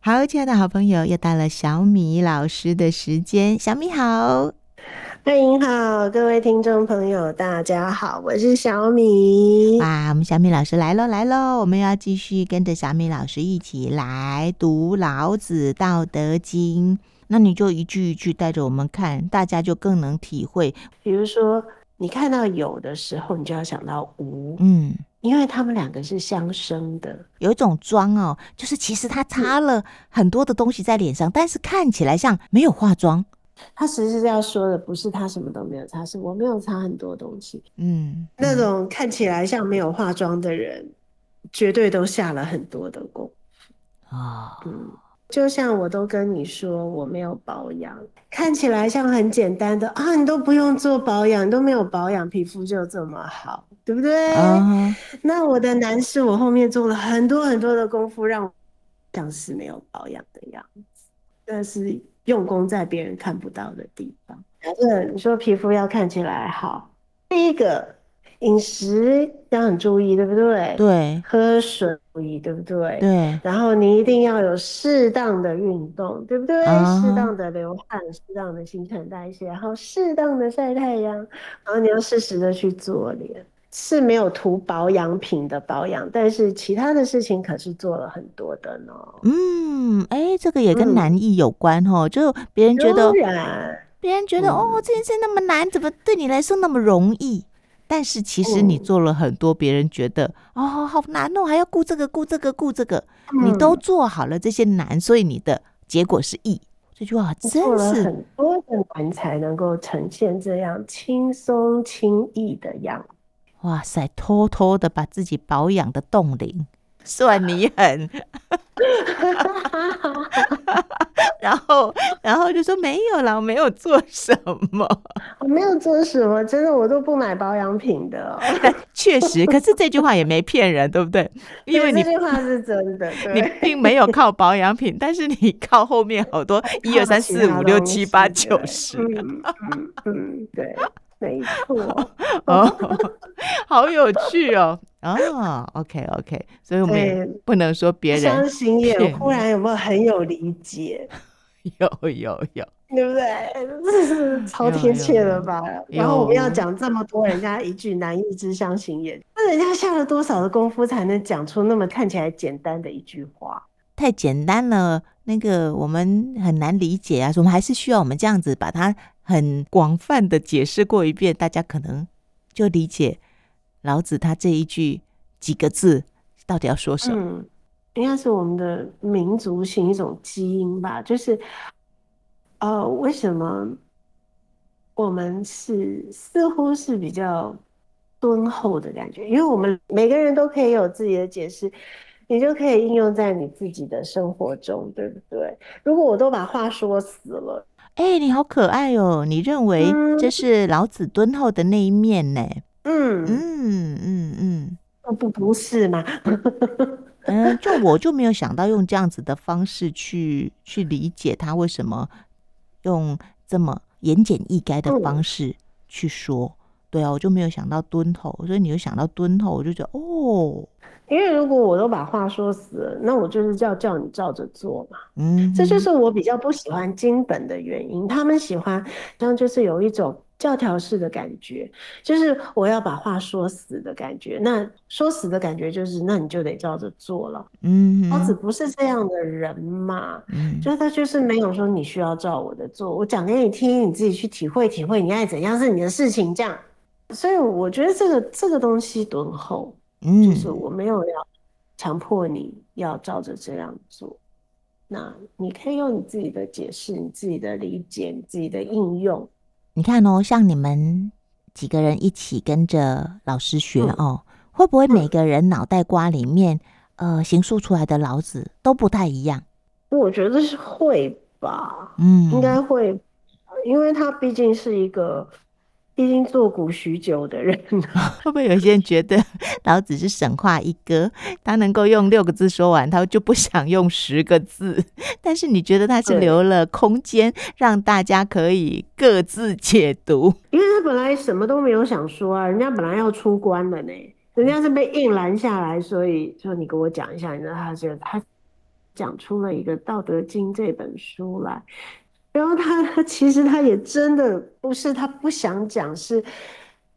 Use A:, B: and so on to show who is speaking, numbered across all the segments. A: 好，亲爱的好朋友，又到了小米老师的时间，小米好。
B: 嗨，您好，各位听众朋友，大家好，我是小米。
A: 哇，我们小米老师来喽，来喽！我们要继续跟着小米老师一起来读《老子·道德经》，那你就一句一句带着我们看，大家就更能体会。
B: 比如说，你看到有的时候，你就要想到无，
A: 嗯，
B: 因为他们两个是相生的。
A: 有一种妆哦，就是其实他擦了很多的东西在脸上，但是看起来像没有化妆。
B: 他其实是要说的不是他什么都没有擦，是我没有擦很多东西。
A: 嗯，
B: 那种看起来像没有化妆的人，绝对都下了很多的功。
A: 啊、
B: 嗯，就像我都跟你说我没有保养，看起来像很简单的啊，你都不用做保养，你都没有保养，皮肤就这么好，对不对？
A: 啊，
B: 那我的男士，我后面做了很多很多的功夫，让我像是没有保养的样子，那是用功在别人看不到的地方。假设你说皮肤要看起来好，第一个饮食要很注意，对不对？，
A: 对
B: 喝水注意，对不对？。
A: 对，
B: 然后你一定要有适当的运动，对不对？
A: 啊
B: 适当的流汗，适当的新陈代谢，然后适当的晒太阳，然后你要适时的去做脸，是没有涂保养品的保养，但是其他的事情可是做了很多的呢。
A: 嗯，哎，这个也跟
B: 嗯
A: 难易有关哦，就别人觉得
B: 当然，
A: 别人
B: 嗯
A: 觉得、哦，这件事那么难，怎么对你来说那么容易？但是其实你
B: 嗯
A: 做了很多，别人觉得、哦，好难哦，还要顾这个顾这个顾这个，你都
B: 嗯
A: 做好了这些难，所以你的结果是易。这句话真
B: 做了
A: 是
B: 很多的难，才能够呈现这样轻松轻易的样子。
A: 哇塞，偷偷的把自己保养的冻龄，算你 狠。 然后，然后就说没有啦，我没有做什么。
B: 我没有做什么，真的我都不买保养品的哦、
A: 确实，可是这句话也没骗人，对不对？因为
B: 对
A: 你
B: 这句话是真的，
A: 你
B: 对。
A: 并没有靠保养品，但是你靠后面好 多一二三四五六七八九十
B: 嗯嗯嗯，对，没错，
A: 哦， 好有趣哦哦 OK OK，所以我们也
B: 对
A: 不能说别
B: 相
A: 人
B: 信也
A: 骗
B: 忽然有没有很有理解，
A: 有 有有，
B: 对不对？ 这是超贴切了吧？
A: 有
B: 然后我们要
A: 有
B: 讲这么多，人家一句难易之相形也，那人家下了多少的功夫才能讲出那么看起来简单的一句话？
A: 太简单了，那个我们很难理解啊，所以我们还是需要我们这样子把它很广泛的解释过一遍，大家可能就理解老子他这一句几个字到底要说什么。
B: 嗯，应该是我们的民族性一种基因吧，就是，呃，为什么我们是似乎是比较敦厚的感觉？因为我们每个人都可以有自己的解释，你就可以应用在你自己的生活中，对不对？如果我都把话说死了，
A: 哎、你好可爱哦！你认为这
B: 嗯
A: 是老子敦厚的那一面呢？
B: 嗯，
A: 嗯嗯嗯
B: 不不是嘛，
A: 嗯，就我就没有想到用这样子的方式去去理解他为什么用这么言简意赅的方
B: 嗯
A: 式去说。对啊，我就没有想到敦厚，所以你就想到敦厚，我就觉得哦，
B: 因为如果我都把话说死了，那我就是要叫你照着做嘛。
A: 嗯哼，
B: 这就是我比较不喜欢金本的原因。他们喜欢，像就是有一种教条式的感觉，就是我要把话说死的感觉。那说死的感觉就是，那你就得照着做了。
A: 嗯
B: 老子
A: 哼，
B: 不是这样的人嘛，
A: 嗯
B: 就是他就是没有说你需要照我的做，我讲给你听，你自己去体会体会，你爱怎样是你的事情，这样。所以我觉得这个这个东西敦厚，就
A: 嗯
B: 是我没有要强迫你要照着这样做，那你可以用你自己的解释、你自己的理解、你自己的应用。
A: 你看哦，像你们几个人一起跟着老师学
B: 嗯
A: 哦，会不会
B: 嗯
A: 每个人脑袋瓜里面呃形塑出来的老子都不太一样？
B: 我觉得是会吧，
A: 嗯，
B: 应该会，因为他毕竟是一个已经做古许久的人啊了。
A: 会不会有些人觉得老子是神话一哥，他能够用六个字说完，他就不想用十个字？ 但是你觉得他是
B: 对
A: 留了空间，让大家可以各自解读？
B: 因为他本来什么都没有想说啊，人家本来要出关了呢，人家是被硬拦下来，所以说你给我讲一下，你知道他觉得他讲出了一个《道德经》这本书来。然后他他其实他也真的不是他不想讲，是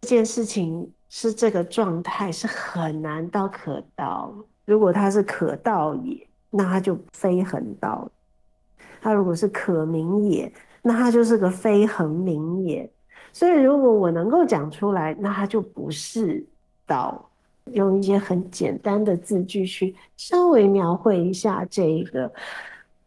B: 这件事情是这个状态是很难到可道。如果他是可道也，那他就非恒道；他如果是可名也，那他就是个非恒名也。所以如果我能够讲出来，那他就不是道。用一些很简单的字句去稍微描绘一下这一个。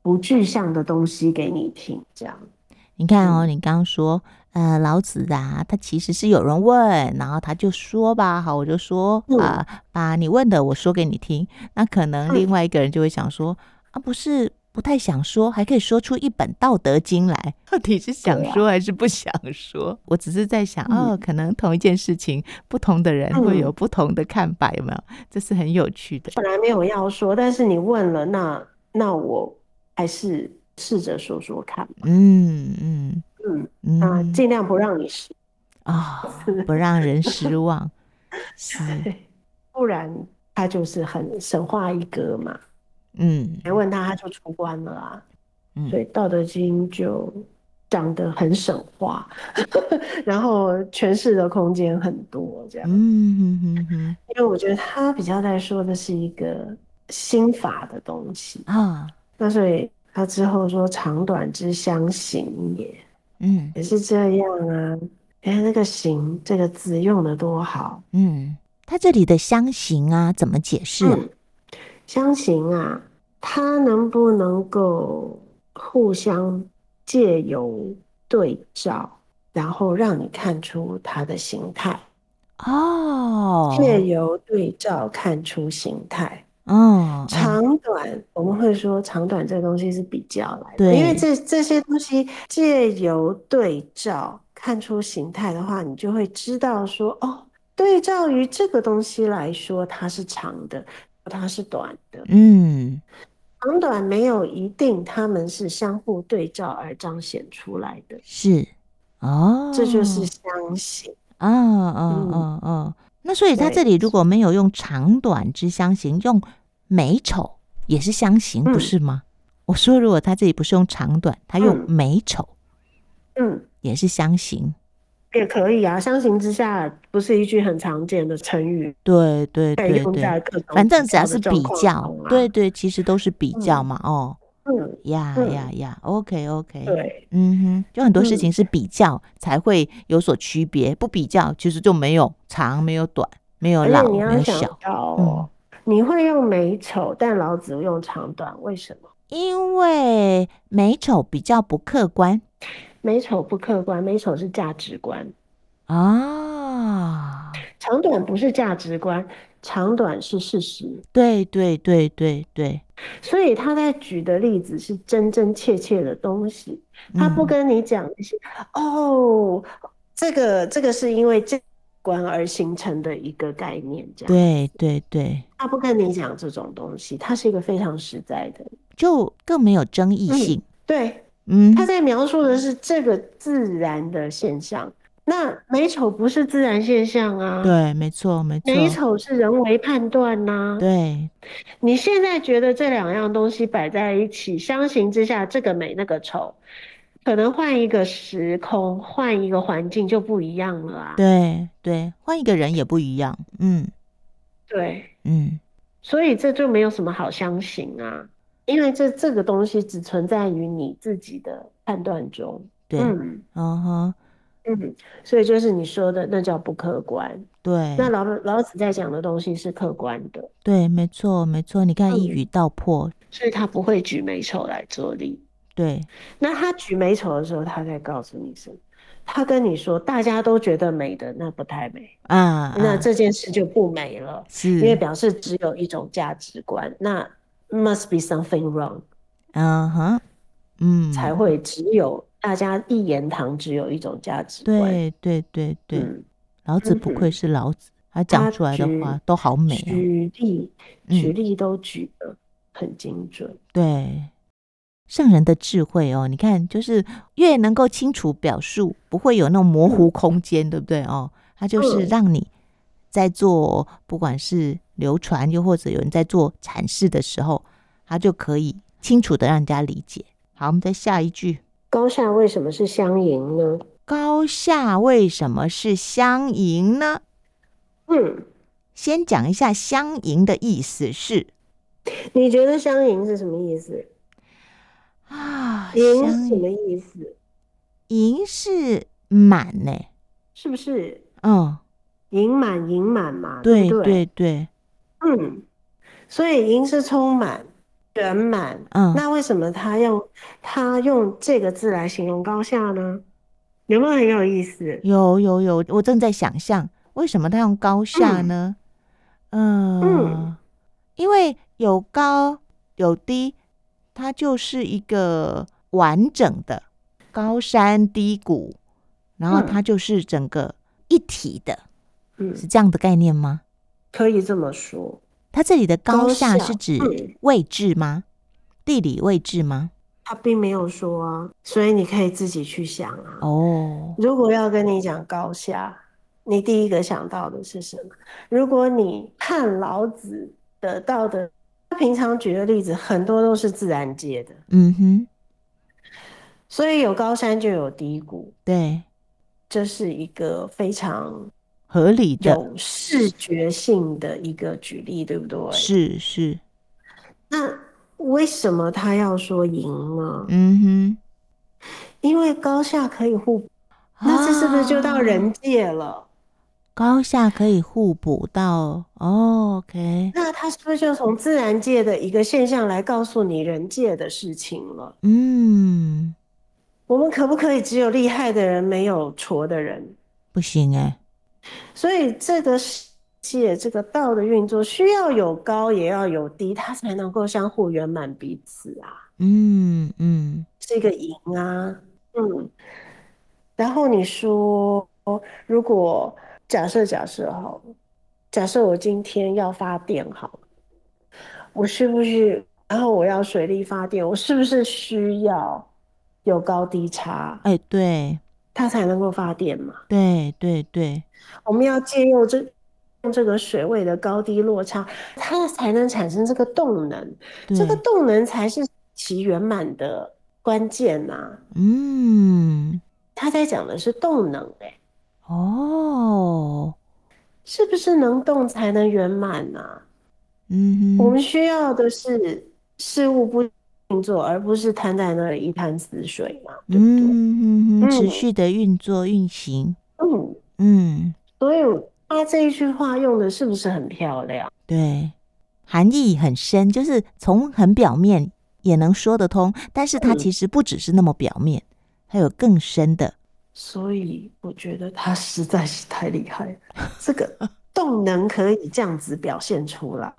B: 不具象的东西给你听，这样。
A: 你看
B: 嗯
A: 哦，你刚刚说，呃，老子啊，他其实是有人问，然后他就说吧，好，我就说
B: 嗯
A: 啊、把你问的我说给你听。那可能
B: 嗯
A: 另外一个人就会想说，啊，不是不太想说，还可以说出一本《道德经》来，到底是想
B: 对啊
A: 说还是不想说？我只是在想，
B: 嗯
A: 哦，可能同一件事情，不同的人会
B: 嗯
A: 有不同的看法，有没有？这是很有趣的。
B: 本来没有要说，但是你问了，那那我还是试着说说看。
A: 嗯嗯
B: 嗯，
A: 嗯，
B: 那尽量不让你失
A: 啊、不让人失望，是，
B: 对， 不然他就是很神话一哥嘛。
A: 嗯
B: 没问他，他就出关了啊。
A: 嗯
B: 所以《道德经》就讲得很神话， 然后诠释的空间很多，这样。
A: 嗯哼哼哼
B: 因为我觉得他比较在说的是一个心法的东西，
A: 啊，
B: 那所以他之后说“长短之相形也
A: 嗯”
B: 也是这样啊。你看那个“形”这个字用的多好，
A: 嗯，它这里的相形啊，怎么解释啊？
B: 嗯，相形啊，它能不能够互相借由对照，然后让你看出它的形态，嗯
A: 哦，
B: 借由对照看出形态。
A: 嗯，嗯
B: 长短，我们会说长短这个东西是比较来的，
A: 对
B: 因为这这些东西借由对照看出形态的话，你就会知道说，哦，对照于这个东西来说，它是长的，它是短的，
A: 嗯
B: 长短没有一定，它们是相互对照而彰显出来的，
A: 是，哦，
B: 这就是相形。
A: 啊啊
B: 嗯
A: 啊啊，那所以它
B: 对
A: 这里如果没有用长短之相形，用美丑也是相形，不
B: 嗯
A: 是吗？我说如果它这里不是用长短，它用
B: 嗯
A: 美丑
B: 嗯，
A: 也是相形。
B: 也可以啊，相形之下不是一句很常见的成语，
A: 对对
B: 可以
A: 对
B: 用
A: 对，
B: 在各种
A: 反正
B: 比
A: 只要
B: 较
A: 是
B: 的状
A: 比
B: 况
A: 较
B: 中，啊
A: 对，对，其实都是比较
B: 嗯
A: 嘛，哦，
B: 嗯，
A: 呀
B: 嗯
A: 呀呀，OK OK，
B: 对。
A: 嗯哼，就很多事
B: 嗯
A: 情是比较才会有所区别，不比较其实就没有长，没有短，没有
B: 而
A: 老，
B: 且你
A: 没
B: 要
A: 有
B: 想
A: 小，嗯
B: 到哦，你会用美丑，但老子用长短，为什么？
A: 因为美丑比较不客观
B: 美丑不客观，美丑是价值观，
A: 啊，
B: 长短不是价值观，长短是事实。
A: 对对对对对，
B: 所以他在举的例子是真真切切的东西，他不
A: 嗯
B: 跟你讲那些、哦，这个这个是因为这观而形成的一个概念，这
A: 嗯
B: 样
A: 对对对，
B: 他不跟你讲这种东西，他是一个非常实在的，
A: 就更没有争议
B: 嗯
A: 性，
B: 对，
A: 嗯
B: 他在描述的是这个自然的现象。那美丑不是自然现象啊，
A: 对，没错没错，
B: 美丑是人为判断呐、
A: 对，
B: 你现在觉得这两样东西摆在一起，相形之下，这个美那个丑，可能换一个时空，换一个环境就不一样了啊。
A: 对对，换一个人也不一样。嗯
B: 对，
A: 嗯，
B: 所以这就没有什么好相形啊，因为这这个东西只存在于你自己的判断中。
A: 对，
B: 嗯
A: 嗯哼，
B: 嗯，所以就是你说的，那叫不客观。
A: 对，
B: 那老老子在讲的东西是客观的，
A: 对，没错没错。你看一
B: 嗯
A: 语道破，
B: 所以他不会举美丑来做例。
A: 对，
B: 那他举美丑的时候，他在告诉你什么？他跟你说，大家都觉得美的，那不太美，
A: 啊，
B: 那
A: 啊
B: 这件事就不美了，因为
A: 是，
B: 表示只有一种价值观，那 must be something wrong
A: 嗯哼，嗯，
B: 才会只有大家一言堂，只有一种价值观。
A: 对对对对，
B: 嗯
A: 老子不
B: 嗯
A: 愧是老子，他讲
B: 他
A: 出来的
B: 举
A: 话都好美啊。
B: 举例
A: 嗯
B: 举例都举得很精准。
A: 对，圣人的智慧哦，你看，就是越能够清楚表述，不会有那种模糊空间，对不对哦？它就是
B: 嗯
A: 让你在做，不管是流传，又或者有人在做阐释的时候，他就可以清楚的让人家理解。好，我们再下一句。
C: 高下为什么是相迎呢？
A: 高下为什么是相迎呢？
C: 嗯，
A: 先讲一下相迎的意思是
C: 你觉得相迎是什么意思？
A: 啊，
C: 迎
A: 相
C: 什么意思？
A: 迎是满呢、
C: 是不是
A: 嗯，
C: 盈满盈满嘛？
A: 对
C: 不
A: 对对，
C: 嗯，
B: 所以盈是充满、圆满。
A: 嗯，
B: 那为什么他用他用这个字来形容高下呢？有没有很有意思？
A: 有有有，我正在想象为什么他用高下
C: 嗯
A: 呢？嗯、因为有高有低，它就是一个完整的高山低谷，然后
B: 嗯
A: 它就是整个一体的，
B: 嗯，
A: 是这样的概念吗？
B: 可以这么说。
A: 它这里的高
B: 高
A: 下
B: 下
A: 是指
B: 嗯
A: 位置吗？地理位置吗？
B: 他并没有说啊，所以你可以自己去想啊。
A: 哦，
B: 如果要跟你讲高下，你第一个想到的是什么？如果你看老子得到的，他平常举的例子很多都是自然界的，
A: 嗯哼，
B: 所以有高山就有低谷，
A: 对，
B: 这是一个非常
A: 合理的，
B: 有视觉性的一个举例，对不对？。
A: 是是，
B: 那为什么他要说赢呢？
A: 嗯
B: 因为高下可以互补，
A: 哼，
B: 那这是不是就到
A: 啊
B: 人界了？
A: 高下可以互补到、哦、？OK，
B: 那他是不是就从自然界的一个现象来告诉你人界的事情了？
A: 嗯，
B: 我们可不可以只有厉害的人，没有矬的人？
A: 不行哎、
B: 所以这个世界，这个道的运作需要有高，也要有低，它才能够相互圆满彼此啊，
A: 嗯嗯，
B: 是一个赢啊，嗯。然后你说，如果假设假设好了，假设我今天要发电好了，我是不是？然后我要水力发电，我是不是需要有高低差，
A: 哎、对
B: 它才能够发电嘛？
A: 对对对，
B: 我们要借用这用这个水位的高低落差，它才能产生这个动能，
A: 对
B: 这个动能才是其圆满的关键呐、
A: 嗯，
B: 他在讲的是动能、欸，
A: 哦，
B: 是不是能动才能圆满呐、
A: 嗯
B: 我
A: 哼，
B: 们需要的是事物不运作，而不是摊在那里一滩死水嘛，对不对？
A: 嗯哼哼，持
B: 嗯
A: 续的运作运行，
B: 嗯，
A: 嗯，
B: 所以他这一句话用的是不是很漂亮？
A: 对，含义很深，就是从很表面也能说得通，但是它
B: 嗯
A: 其实不只是那么表面，还有更深的，
B: 所以我觉得他实在是太厉 害了，这个动能可以这样子表现 出来。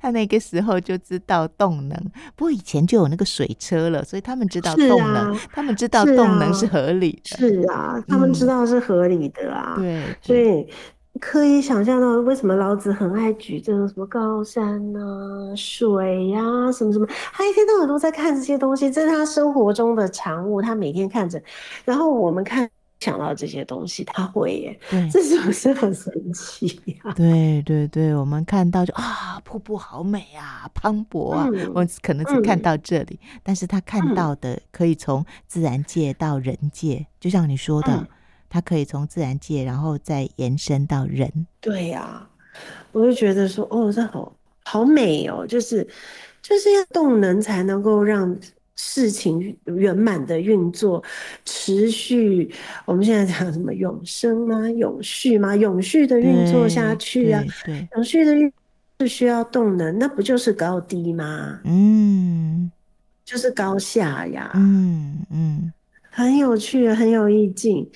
A: 他那个时候就知道动能，不过以前就有那个水车了，所以他们知道
B: 是
A: 动
B: 啊
A: 能，嗯他们知道
B: 是
A: 动能
B: 啊
A: 是合理的。
B: 是啊，他们知道是合理的啊，
A: 对，
B: 所
A: 对
B: 以可以想象到为什么老子很爱举这种什么高山呐、水呀、什么什么，他一天到晚都在看这些东西，这是他生活中的常物，他每天看着，然后我们看想到这些东西，他会耶，
A: 对
B: 这是不是很神奇啊呀、
A: 对对对，我们看到就啊，瀑布好美啊，磅礴啊，
B: 嗯
A: 我可能只看
B: 嗯
A: 到这里，但是他看
B: 嗯
A: 到的可以从自然界到人界，就像你说的
B: 嗯，
A: 他可以从自然界，然后再延伸到人。
B: 对呀、我就觉得说，哦，这好好美哦，就是就是要动能才能够让事情圆满的运作，持续。我们现在讲什么永生啊、永续嘛，永续的运作下
A: 对
B: 去啊，，
A: 对对，
B: 永续的运是需要动能，那不就是高低吗？
A: 嗯
B: 就是高下呀，
A: 嗯嗯，
B: 很有趣，很有意境。